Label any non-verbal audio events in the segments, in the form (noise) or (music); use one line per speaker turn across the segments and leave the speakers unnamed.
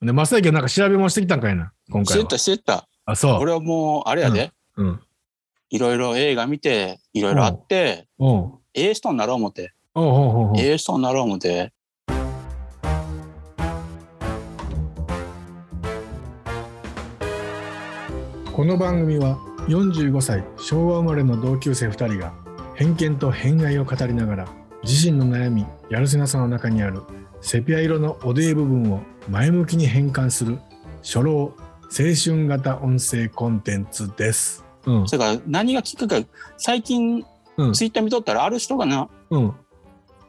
で、正行はなんか調べもしてきたんかいな、今
し
回
て
は
た。してた。
あ、そ
俺はもう、あれやで、
う。うん。
いろいろ映画見て、いろいろあって、
おう。
ええ人になろう思って、
おうおうおうおう。
ええ人になろう思って。
この番組は45歳昭和生まれの同級生2人が偏見と偏愛を語りながら自身の悩みやるせなさの中にあるセピア色のおでい部分を前向きに変換する初老青春型音声コンテンツです。うん
それから何がきっかけか、最近
うん
ツイッター見とったら、ある人がな、
うん。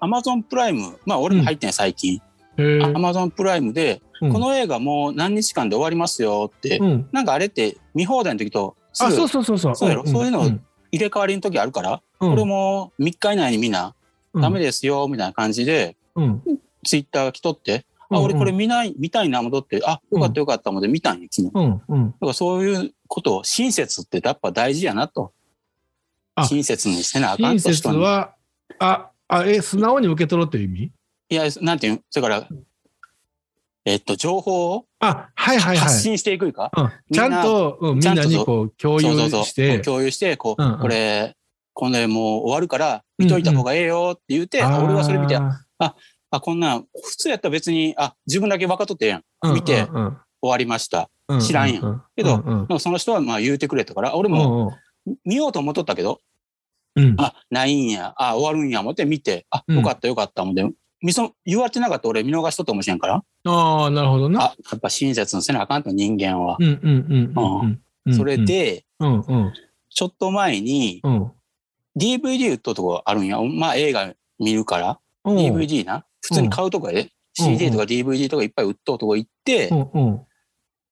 アマゾンプライム、まあ俺も入ってない最近、
へえ
アマゾンプライムで、
うん
この映画もう何日間で終わりますよって、
うん。
なんかあれって見放題の時とす
あ、そう
ぐ
そうそうそう。
そうやろそういうのを
ん
入れ替わりの時あるから、
うん
これも3日以内にみんなダメ
で。
ですよみたいな感じで、
うん。
ツイッターが来とって、
う
あ、
ん
俺これ。見ない、見たいな、戻って、あ、よかったよかった、もで見たんや、昨日。だか
うんうん。
らそういうことを親切ってやっぱ大事やなと
あ。
親切にせなあかん
親
と
切
人に。
は、あ、あ、え、素直に受け取ろうっていう意味
いや、なんていうん、それから、えっと、情報を
あ、はいはいはい。
発信していくか、
うんちゃんと、うん、みんな
ちゃんと
に
そう
こう共有
そうそう
し
そう
て、
共有してこう、
うんうん
これこれもう終わるから見といた方がええよって言って、
あー
俺はそれ見てあこんなん普通やったら別にあ自分だけ分かっとってええやん
うん
見て
うんうん
終わりました
う
知らんやん
う
けど
うんうん
でもその人はまあ言うてくれたから俺
うん
も
うん
見ようと思っとったけど、
うん
あないんやあ終わるんや思って見てあ
うん
よかったよかった思って、みそ言われてなかったら俺見逃しとったかもしれんから
ああなるほどな
あやっぱ親切にせなあかんと人間は
う、んうんうんうんうんうん
それで
うんうん
ちょっと前に
うん
DVD 売っとるとこあるんやまあ映画見るから
うん
DVD な普通に買うとこやで、CD とか DVD とかいっぱい売っとうとこ行って、
うんうん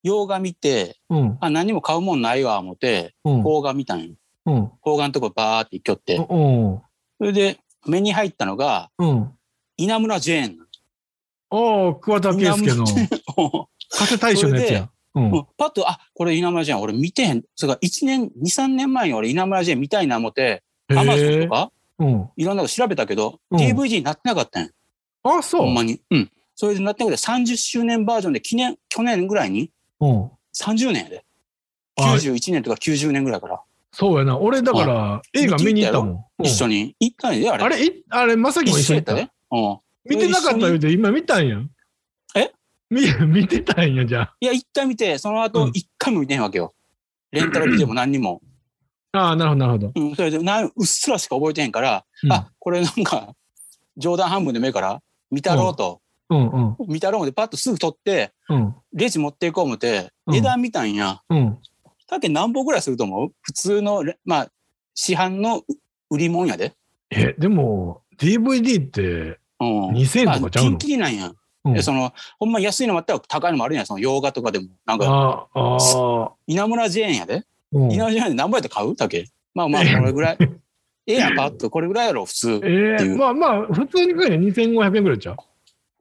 洋画見て
うん
あ何も買うもんないわ思って
うん
邦画見たんよ
うん
邦画のとこバーって行きよって
うん
それで目に入ったのが
うん
稲村ジェーン
おー桑田佳祐の
も
加瀬大将のやつやうん
うもうパッとあこれ稲村ジェーン俺見てへんそれから1年23年前に俺稲村ジェーン見たいな思ってアマゾン
へ
と
ー
か
うん
いろんなの調べたけど、
うん
DVD になってなかったんよ
あそ
ほ
うん
まにうんそれでなってなくて30周年バージョンで記念去年ぐらいに
うん
30年やで
あ
91年とか90年ぐらいから
そうやな俺だから映画見に行ったもんうん
一緒に行ったんやであれ
あれいあれまさきも
一
一緒に
緒
行
やっ
った
たねうん
見てなかった言うて、今見たんやん。
え
見 (laughs) 見てたんや、じゃあ。
いや、一回見て、そ
う
の後
ん、
一回も見てへんわけよ。レンタルビデオも何
(clears throat)
にも。
ああ、なるほど、なるほど。
うん、それでな、うっすらしか覚えてへんから、
うん
あ、これなんか、冗談半分でもいいから、見たろうと。
うんうん
見たろうで、パッとすぐ撮って、
うん
レジ持っていこう思って、
うん
値段見たんや。
うん。
け何本ぐらいすると思う普通のレ、まあ、市販の売り物やで。
え、でも、DVD って
うん。
2000とかちゃう
ピ
の
ンキリなんや。
うん
でその、ほんま安いのもあったら高いのもあるんや。その洋画とかでも。なんか、
ああ、ああ。
稲村ジェーンやで。
うん
稲村ジェーンで何本やったら買うだけ。まあまあ、これぐ
(laughs)
らい。ええやん、パッと。これぐらいやろ、普通
え。ー、まあまあ、普通に食えね2500円ぐらいちゃう。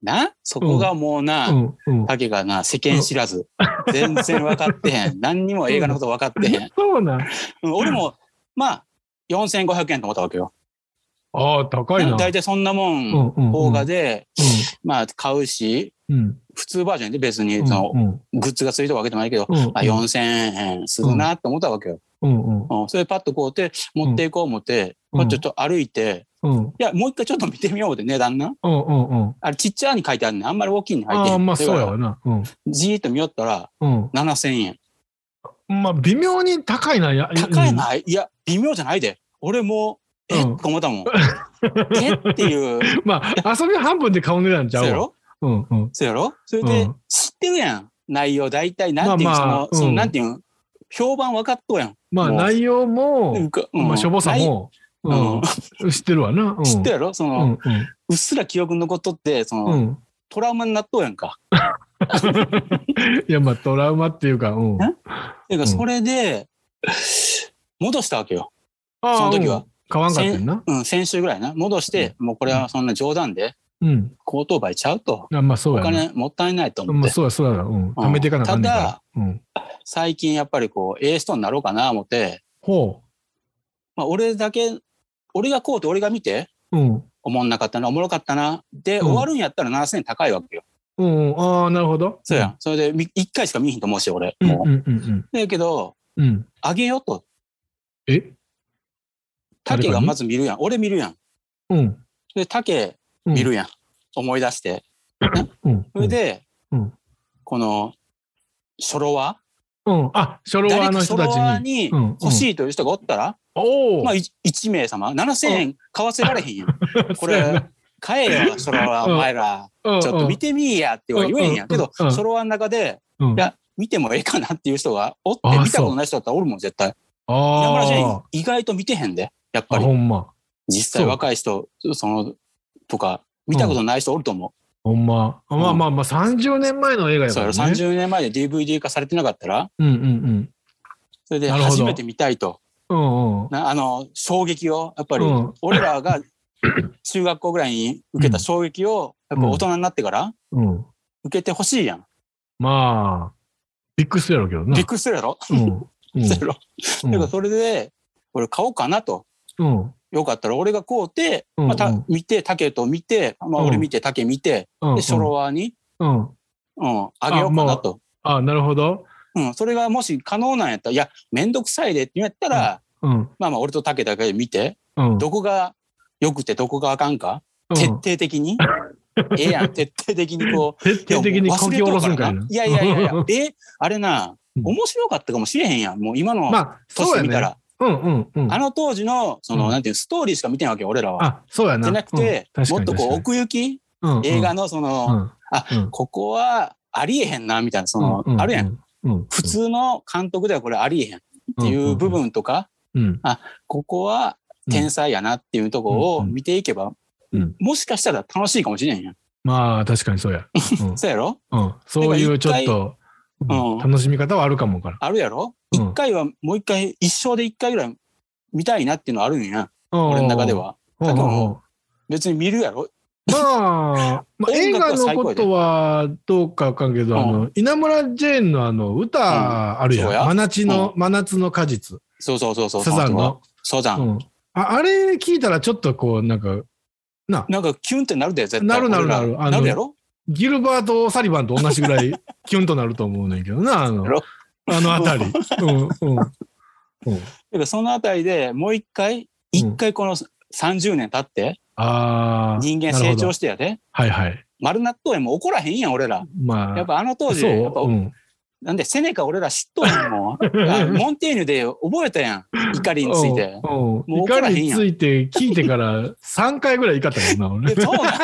なそこがもうな、
うんうん。
タケがな、世間知らず。全然分かって
(laughs)
へん。何にも映画のこと分かってへん。
そうなん。
うん俺も、まあ、4500円と思ったわけよ。
ああ、高いな。
大体そんなも、
うんうんんうん。
邦画で、
う
まあ、買うし、
んうん。
普通バージョンで別に、
うん
その、
うん
グッズがついてるわけでもないけど、
うん。
あ、4000円するなと思ったわけよ。
うんうん
うんそれパッとこうて、持っていこう思って、
うん
まあちょっと歩いて、
うんうん
いや、もう一回ちょっと見てみようって値段な。
うんうん。
あれ、ちっちゃに書いてあるねん。あんまり大きいに書いて
ああ、まあそうや
だか
わな。うん
らじーっと見よったら、
うん。
7000円。
まあ微妙に高いな。や
高い。ない、いや、微妙じゃないで。俺も、えっ
うん
と思ったもん。えっていう。
うんまあ遊び半分で買う値 (laughs) 段ちゃ
そうや
うわ。
ろ
うんうん。
そうやろそれで、
うん
知ってるやん。内容、大体、なんていう、
まあまあ
その、その
うん
なんていうん、評判分かっとうやん。
まあ
もう
内容も、
うん
まあしょぼさも、
内
うん、知ってるわな。うん、
内知ってるやろその、
う
うんっすら記憶に残っとって、その、
うんうん。
トラウマになっとうやんか。
いやまあトラウマっていうか、うん。
えていう
うん
か、それで、戻したわけよ。
ああ
その時は
うん買わんかったよな。
うん、先週ぐらいな。戻して、もうこれはそんな冗談で、
うん。
高等売ちゃうと。
あまあそう
お
やな。
金もったいないと思っ
まあ
て。
そうやそうやな。うん。貯めていかなあかんねんから
ただ
うん。
最近やっぱりこう、ええ人になろうかな思って、
ほ
まあ、俺だけ、俺がこうて、俺が見て、
う。うん。
おもんなかったな、おもろかったな、で、
うん
終わるんやったら7000円高いわけよ。
うん、ああ、なるほど。
そうやん。それで、み一回しか見ひんと思うし、俺。
うん。
も
うんうん
う。だけど、
うん。うん。
あげようと。
え
竹がま
ず。
ず見るやん。俺見るやん。
うん。
で、竹
うん
見るやん。思い出して。
うん。
それで、
うん
この、初老は
うん。うん。あ、初老
誰
は
か
の
初
人
老
たち
は
に。
に
うんうん
欲しいという人がおったら、
おお。
まあ、1名様、7000円買わせられへん
(laughs)
やん。 (laughs) こ
そうや
れ
な、
買えよ、初老は、
うん
お前ら。
うん
ちょっと見てみいやっては言えへんやんけど、
うんうんうん
初老はの中で、
うん
いや、見てもええかなっていう人がおって
あー、
見たことない人だったらおるもん、絶対。山村
あ
淳意外と見てへんで、やっ
あ。
ぱ
あ、
り。
ほんま。
実際
そう
若い人、その、とか、見たことない人おると思
ほんま。あまあまあまあ、30年前の映画
う。
や
そ
か
う
ら
や
ね。
ろ、30年前で DVD 化されてなかったら、
うんうん
それで
なるほど
初めて見たいと。
うん。うんうん。
なあの、衝撃を、やっぱり
うん、
俺ら
(laughs)
が中学校ぐらいに受けた衝撃を、やっぱ大人になってから
うん。
受けてほしいやん。
まあ、ビッグスやろうけどな。
びっくりするやろ (laughs)
うん。うん
するやろ
うん
だからそれで、俺買おうかなと。
うん
よかったら俺がこうて、
うん
まあた
うん
見て、竹と見て、まあ
うん
俺見て、竹見て、
うん。
で、ショロワーに、
うん。
うん、あげようかなと。
あ、なるほど。
うん、それがもし可能なんやったら、いや、めんどくさいでって言うんやったら、
うん。
まあまあ俺と竹だけで見て、
うん。
どこが良くてどこがあかんか、
うん
徹底
(laughs)
的に、ええやん、徹底的にこう、
徹底的にこき下ろすんかい
いや
な。
もう忘れとうからないやいやいやいや、え、あれな
う、ん
面白かったかもしれへんやん、もう今
(laughs)
の
まあ、そう
年
や
見たら。
ね。うんうんうん
あ。の当時の、その、
うん
なんていうのストーリーしか見てないわけよ、俺らは。
あ、そうやな。
じゃなくて、
うん確か
もっ
に
とこ
確
う
か
奥行き、
にうん
映画のその、
うん
あ
うん
ここはありえへんなみたいなその、
うう
あるやん。
うん。
普通の監督ではこれありえへんっていう部分とか、
うん。
ここは天才やなっていうところを
うん
見ていけば、
うん
もしかしたら楽しいかもしれんやん。
まあ、確かにそう
(laughs)
や。うん
そうやろ
うん、そういうちょっと、うん
うん
楽しみ方はあるかもわから。
あるやろ
うん
一、回はもう一回一生で一回ぐらい見たいなっていうのはあるんや
俺
俺の中で。は
うんうんうん
だから別に見るやろ
まあ、まあ、映
音楽
画
は
の
最高やで
ことはどうかわかんけど、あの稲村ジェーンのあの歌あるやん、
そうや
真夏の、
う
真夏の果実、
そうそうそうそう
サザンの、
サザン、
うんあ。あれ聞いたらちょっとこう、なんか、な、
なんかキュンってなるで絶対
なるなるなる
俺ら
あの
なるやろ
ギルバート・サリバンと同じぐ
(laughs)
らいキュンとなると思うねんけどな、あの
やろ、
あのあたり。うんうんうん、
だからそのあたりでもう一回一回この30年経って (laughs)
ああ、
人間
なる
成
ほど
長してやで
はいはい。
丸納豆やもう怒らへんやん俺ら
まあ、
やっぱあの当時
そう、
やっぱ
うん、
なんでセネカ俺ら知っとんやんもう
(laughs)
あモンテーニュで覚えたやん怒りについて
うんうん
もう怒らへんやん
怒りについて聞いてから3回ぐらい怒ったもんな、
(laughs)
俺。
でそうなん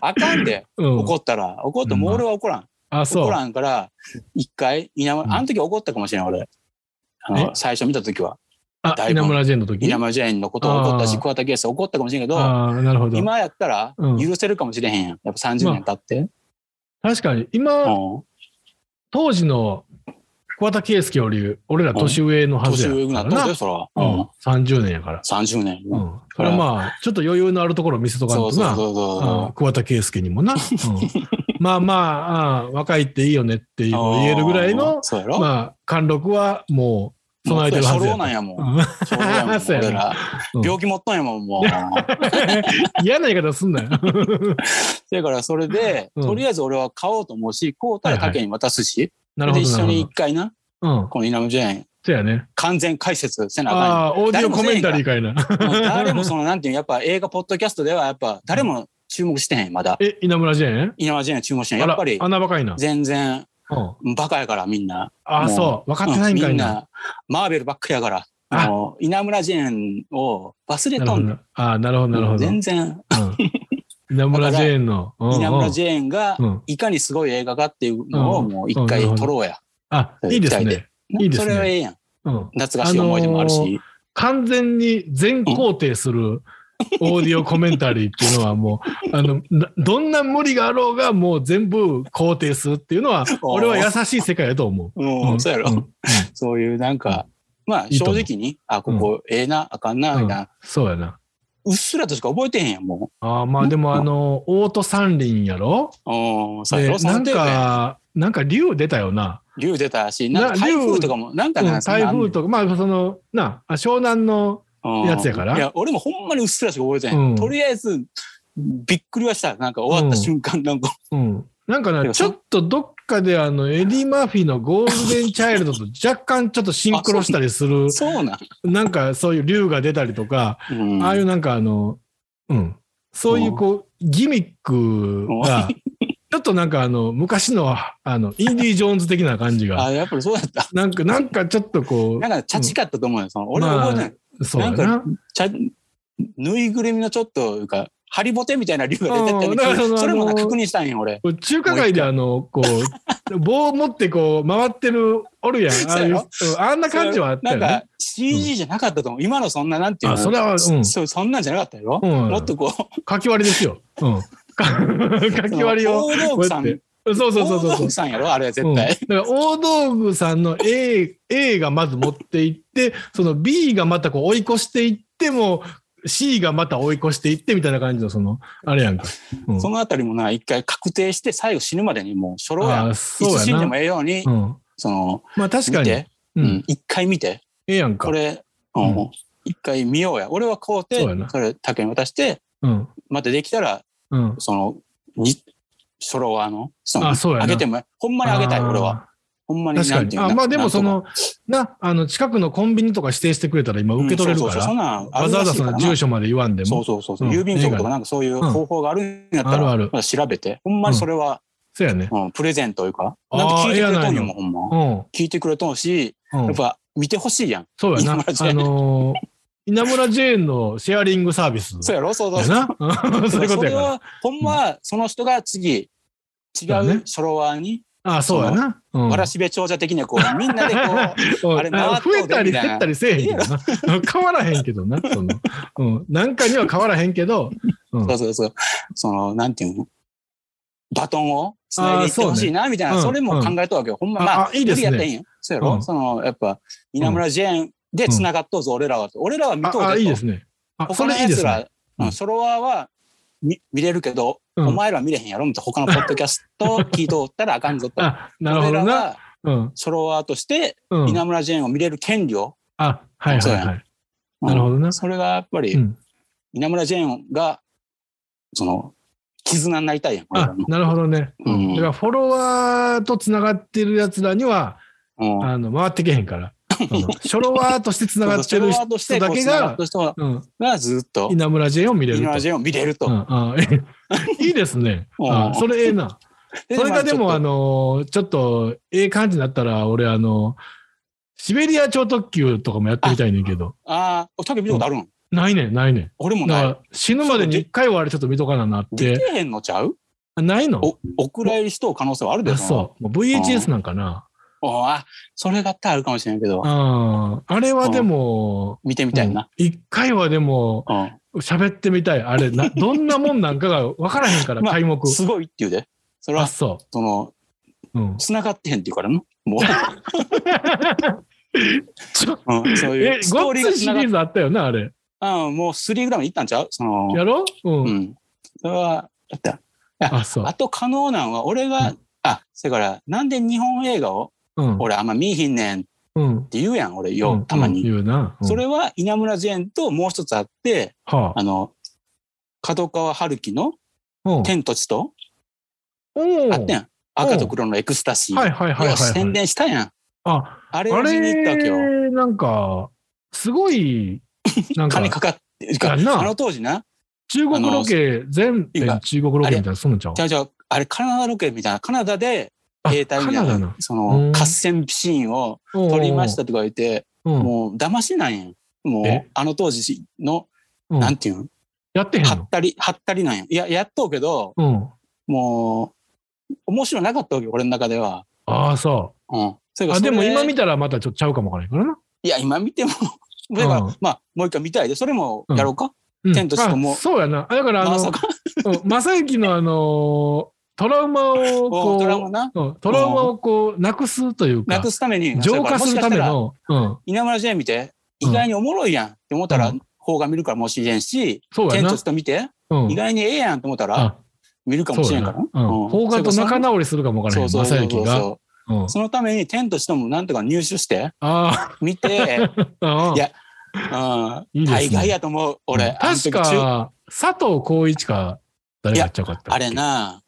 あかんで
うん
怒ったら怒って
うん
もう俺は怒らん
あ、そ
怒
う。
らんから一回稲
うん
村あの時怒ったかもしれん俺あ
え
の最初見た時は
あ、
大
稲
根
村ジェーンの時
稲村ジェーンのことを怒った
あ
し
ー
桑田佳祐怒ったかもしれんけど
ああ、なるほど。
今やったら
うん
許せるかもしれへんやんやっぱ30年経って、
確かに、今、
うん
当時の桑田佳祐より、俺ら年上のはず
年
や。
上になったんだよそら、
う
うん
ん、30年やから。
30年、
う。
うん
それはまあ、ちょっと余裕のあるところを見せとかん
そう
と
そうそ
な
う。
う
そ
ん桑田佳祐にも
(laughs)
な。うんまあまあ、あー若いっていいよねっていう
う、
のを言えるぐらいの、
そうやろ、
まあ、貫禄はもう備えてるはず
もう
や
初老
と
なんやもん
うん
そうやも
(laughs)
ん
そうやね
俺ら
うん
病気持っとんやもん、
(laughs)
もう。だ
嫌な言い方すん
(laughs)
なよ。
からそれで、
うん
とりあえず俺は買おうと思うし、こうたら竹に渡すし、
なるほ
で
ど。
一緒に
なる
一回な、
ほどうん。
このイナムジェーン、
そうやね。
完全解説せなあかんやん
ああー、オーディオコメンタリーかいな。
うん誰もその、なんていうのやっぱ映画、ポッドキャストでは、やっぱ誰も注目してへん、まだ。
え、稲村ジェーン
イナムジェーン注目してへ
あ
ん。や
ら
っぱり、
穴ばかいな。
全然、
うん
バカやから、みんな。
ああ、
もう
そう。分かってないん
う
か
んみ
い
ん
な。
な、マーベルばっかりやから。
あ
もう稲村ジェーンを忘れ
なる
と
ほ
んねん
ど。ああ、なるほど、なるほど。
全然、
うん稲村ジェーンの。うん
稲村ジ
うん
ェーンが
うん
いかにすごい映画かっていうのを
うん
もう一回
うん
撮ろうや。
あ、いいです
期待
ね。いいですね
それはええやん。
うん
懐かしい思い出もあるし。
あの完全に全肯定するオーディオコメンタリーっていうのはも
(laughs)
う、あの、などんな無理があろうがもう全部肯定するっていうのは、俺は優しい世界やと思う。
うんそうやろ、
んん
そういうなんか、まあ
いいと
正
思う
直に、あ、ここええな、あかんな、みたいな、
そうやな。
うっすらとしか覚えてへんやん、も
あーまあでもあの、オート三輪やろ
う。うん、そう
で
やろ、そ
な
の
ん
程度やん
か、なんか竜出たよな。
竜出たし、なんか
な
台
竜
風とかも、なんか
う
な、
ん台風とか、まあその、なあ、湘南の、
か
やつやから
いや、俺もほんまにうっすらしか覚えてへん。
うん
とりあえず、びっくりはした。なんか終わった瞬間、なんか、
うん。なんか
で
な、
も
ち
そ
ょっとどっかであの、エディ・マーフィーのゴールデン・チャイルドと若干ちょっとシンクロしたりする、
そうなん。
なんかそういう竜が出たりとか、
うん
ああいうなんかあの、うん。そういうこう、ギミックが、ちょっとなんかあの、昔の、あの、インディ・ジョーンズ的な感じが、
あ、やっぱりそうだった。
なんか、なんかちょっとこ
なんか、チャチかったと思うよ。その俺は覚えてない。
う、そうやな。
チャぬいぐるみのちょっと、いうか、ハリボテみたいな竜が出てったみたい
うんだからその
な。それもな
あの
確認したんよ、俺。
こう中華街であの、こう、
(laughs)
棒を持ってこう、回ってる、おるやん。ああいううんあんな感じはあった
な
よ
ん
ね
か。CG じゃなかったと思う。今のそんな、なんていう
あ、
の
それは、うん。
そうそんなんじゃなかったよ。
うん
もっとこ
かき割りですよ。
(laughs)
うん。かか
う、
き割りを。
大道具さん、
こうやって
大
そうそうそうそう
道
そう
具。さんやろ、あれは絶対。
うん、だから大道具さんの A, A がまず持っていってその B がまたこう追い越していっても C がまた追い越していってみたいな感じのそのあれやんか。うん、
そのあたりもな、一回確定して、最後死ぬまでにもう初老や
あ
ん。
ー
い
そ
つ
う
死ん
や
で
な
も。ええように、
うん、
その、
まあ確かに。
見て、
う
うんん、一回見て、
ええやんか
こ。れ、
う
うんん、一回見ようや。俺はこうて
そうやな、
それ、竹に渡して、
うん
またできたら、
うん、
その、に、初老はあの、その、
あそうやな
あげても、ほんまにあげたい、俺は。。ほんまに
確か
なんて
に。
いうの
あまあでもそ、
なん
のなあの近くのコンビニとか指定してくれたら今
と
受け取れるか
うんそうそうそうそ
ら
んなんあ
わ
る
ざわ
ら
ざ
しい
そ
から
の
な
住所まで言わんで
そ
も
うそうそうそう、
うん
郵便局とかなんかそういう方法があるんやった
うんある
ら、
ある
ま調べて、ほんまにそれは、
そうやね。
うん、プレゼントいうか、
あー
なんか聞いてくれ
ええや
とんよ、
ないの
もうほんま。
うん
聞いてくれとんし、
う
や
ん
っ、ぱ見てほしいやん。
そうやな。あ
稲村ジェーン
のー稲村ジェーンのシェアリングサービス。
そうやろそうそう
や
そう。
な。 (laughs) うんそういうことや
れ
か
は、ほんまはその人が次、違
だね
う初老は
ら。
に、
あ、そうやな。うん
わらしべ長者的にはこう、みんな
(laughs)
でこう、
うん
あれ回っ
増
とうで
えたり
みたいな
減ったりせえへんけどな。 (laughs) 変わらへんけどな。その、うん。なんかには変わらへんけど、うん
そうそうそう、その、なんていうのバトンをつないでいってほしいな、みたい
うん
な、それも考えたわけよ。ほんま、ま
あ
あ、
いいですね
一人やったらいいんよ。そうや
う
ろ
ん
その、やっぱ、稲村ジェーンで繋がっとうぞ、俺らはと。俺らは見とう
あ、あいい
ぜ
で
と。
すね。あ、そ
他の
れいい
や
です
つ
ね。
ら、うんソロワーは見見れるけど、
うん
お前らは見れへんやろみたいな、他のポッドキャスト聞いとったらあかんぞ
(laughs)
と。
あ、なるほど
俺ら
な。
は
うん。
ソロワーとして、
うん。
稲村ジェーンを見れる権利を、
あ、はいはいはい。
うん
なるほどな
それがやっぱり、
うん
稲村ジェーンがその絆になりたいやん俺ら
あ
の、
なるほどね。
う
だ
ん
からフォロワーとつながってるやつらには、
うん
あの、回ってけへんから。うん初老ワーとしてつながってる
ソロワーとして
人だけ
こう繋が
が
っ、た人
うん、
がずっと
稲村 J を見れる
稲
と。
村ジェーンを見れると、
うんあえ
(laughs)
いいですね。
うん
あそれええな。
で
それがでも、
ま
あの、ちょっと、ええ感じになったら、俺、あの、シベリア超特急とかもやってみたいねんけど。
あちょっとあー竹見たことあるん、
ないねん、ないね
俺
ん。
も
だか
ない
ら死ぬまでに一回はあれちょっと見とかななっ
で
て。
きへんのちゃう
あないの
おお蔵入りしとう可能性はあるで
あ
しょ
そう。もう VHS なんかな。
おあそれがあったらあるかもしれんけど
ああれはでも、
見てみたいな、
うん一回はでも、
うん
喋ってみたい。あれ、
(laughs)
などんなもんなんかが分からへんから、
まあ
開目。
すごいって言うでそれ
あ、
は
そ
その
う。うん。
繋がってへんって言うからなも
ちょ (laughs)
う、うん、そうい
え
う、スト
ご
ー
っ
リーが
ついシ
繋がっ
リーズあったよな、あれ。
ああ、もう3ぐらいまでいったんちゃうその、
やろうん。
うん。それは、やった。
あ、そう。
あと可能なんは、俺が、
う
あ、それから、なんで日本映画を、
うん。
俺あんま見いひんねんっ
うん。
て言うやん、俺
う
よ
ん、
たまに。
言うな。うん
それは、稲村ジェーンともう一つあって、
は
あの、角川春樹の
あ。うん。
天と地と、
うん
あってん。赤と黒のエクスタシー。
はいはいはいはいはい
よし宣伝したやん。
あ、
あれ
あ
を見に行ったわけよ。
れ、なんか、すご
(laughs)
い、なんか
金、かかってる
や
か
んな
あの当時な、
中国ロケ、全
いう
編
か
中国ロケみたいな、そんなんちゃう
じゃあじゃあ、あれカナダロケみたいな、カナダで、
あ
兵隊み
カ
た
ナダ
い
な
な、そうの
ん
合戦シーンを撮りましたとか言って、
うん。うん
もう騙しなんやん。も
え
う、あの当時の、
うん
なんていうん、
やってへん
はっ
の
たり、はったりなんや。いや、やっとうけど、
うん。
もう、面白なかったわけよ、俺の中では。
ああ、そ。
うん。そうれ
あ、
そ
で
れ
も今見たらまたちょっとちゃうかもわからないからな。
いや、今見ても、 (laughs) だから、
うん
まあ、もう一回見たいで、それもやろうか。
うん
天と地とも
あそうやな。あだから、あ
ま
の
さ、か、
うん正行のあの、トラウマを、こ
お
う、
ドラマな。
うんトラウマをこう、なくすという
な
か
く、すために、
浄化するため
それからもしかしたら
の、うん。
稲村ジェーン見て、
うん
意外におもろいやんって思った
う
ら
ん、
邦画見るからもしれんし、
そうや
天
な
と地。と見て、
うん
意外にええやんって思ったら、
あ
見るかもしれんから
そう。やなうん。邦画と仲直りするかもわから
そ
へ。
うんそうそう
正
そ
行
う
が。
そ
うん (laughs)
う。そのために天としてもなんとか入手して
あ
見て
あ。
いやう
い
ん。
いですね
大概やと思う、俺。あの時
確
中
か、佐藤浩一か、誰がやっちゃうかったっけ
あれ。な。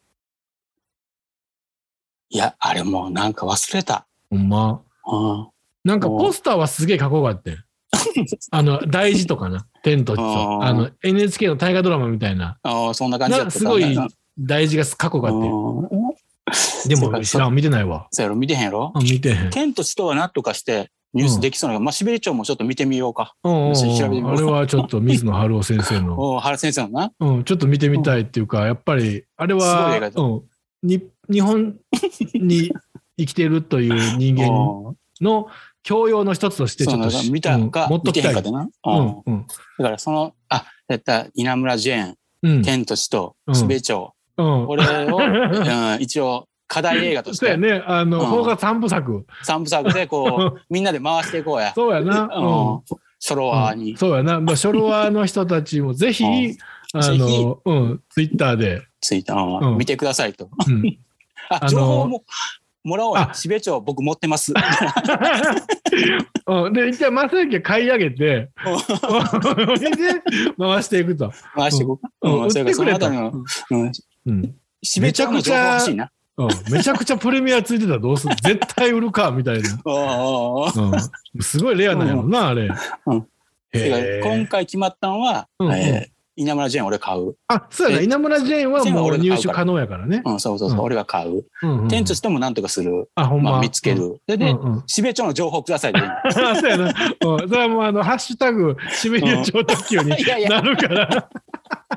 いや、あれもうなんか忘れた。
ほんま。
うん。
なんかポスターはすげえかっこよか
(laughs)
ったよ。あの、大事とかな。テントって
あー
あの、NHK の大河ドラマみたいな。
ああ、そんな感じだ
な
った。
すごい
うん
大事がかっこよかったよ。
うん
で
そう
も
か
知らん、見てないわ。
そうやろ、見てへんやろ
あ見てへん。
天と地とは何とかしてニュースできそうな、まあ、しびれ町もちょっと見てみようか。
うんうんうん
調べてみよう
あれはちょっと水野晴夫先生の、
(laughs) おう原先生のな。
うん、ちょっと見てみたいっていうか、やっぱり、あれ
すごい映
は
画、だ
うん、に日本に生きてるという人間
(laughs) おう
の教養の一つとして、ち
そ
ょ
う
っ
な
と
ん
し
だ見たか、
うん持っと
見て
きた
へん
い。
かでな。
う
うん
ん、うん、
だからその、あ、やった、稲村ジェーン、
うん。
天と地と
うん
しびれ町。 (laughs)
うん
これを、うん、一応、課題映画と
(laughs)
し
そうや
て、
ね。あの、
うん
邦画三部作。
三部作でこう、
(laughs)
みんなで回していこうや。
そうや
(laughs)
な。
うん
う
ソロワー
ん。
に。
そうやな。まあ、ショロワーの人たちもぜ
(laughs)
ひ、
うん
あの、うん、ツイッターで、
ついた、うん
うん
見てくださいと。 (laughs)
うん、あ
あ、
の
情報ももらおうや。
あ
しびれ町、僕持っ
(laughs)
てます。
うん。で、一回、正幸が買い上げて、お店 (laughs) 回していくと。
回していこうか。
うん
うん、
売っ
それ
て
からそ
く
の
れ
あ
と。
た
う
りの、
ん
うん、
うん
しびれ町の情報欲しいな。
めちゃくちゃプレミアついてたらどうす
(laughs)
る絶対売るかみたいな。
おうおうおう
うん、すごいレアなんやろな、あれ。
んてか
へ
今
ー
回決まったのは、
うんうん
えー稲村ジェーン俺買う。
あ、そうやな。
え
稲村ジェーンはもう入手可能やからね。
うん、そうそうそう、
うん
俺は買う。
うんうん
店長してもなんとかする。
あ、ほん
ま
ま。
あ見つけ
うん。
る。で、
うん
で、
うん
しべ町の情報くだ
(laughs)
さいでいいの。
そうやな。うんそれはもう、あの、ハッシュタグ、シベリア超特急に
うんいやいや
なるから。 (laughs)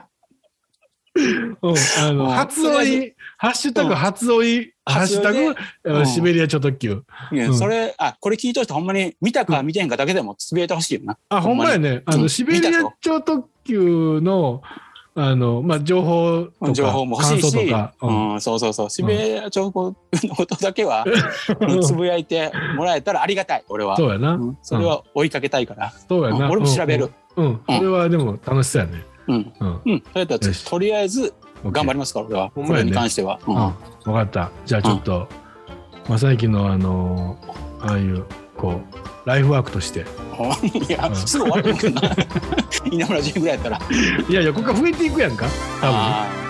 うん、あ
う
の
ん
初追い、ハッシュタ
う
グ
ん
初追い、ハッシュタグ
うん
えーシベリア超特急。
いや
うん
それ、あ、これ聞いとる人ほんまに見たか見てへんかだけでもつぶやいてほしいよな。
あ、ほんまやね。あ
う
の、
ん
シベリア超特急の、あの、まあ、情報とか、
情報も欲しい
感想
し、
とか、う
うんん、そうそうそう、しべ情報のことだけは、うんつぶやいてもらえたらありがたい、俺は。
そうやな。
うんそれは追いかけたいから。
そうや
うん
な。
俺も調べる。
うん。うん。それはでも楽しそうやね。
うん。
うん。
うん。そうやったら
よし
とりあえず頑張りますから、俺は。
ほん
こ
まやね
れに関しては。うん
あ、分かった。じゃあちょっと、正行のあのーああいう、こう、ライフワークとして。
(laughs) いや、
うん
(laughs) すぐ終わるけどな。稲村ジェーンぐらいやったら。
いやいや、ここが増えていくやんか。多分。
あー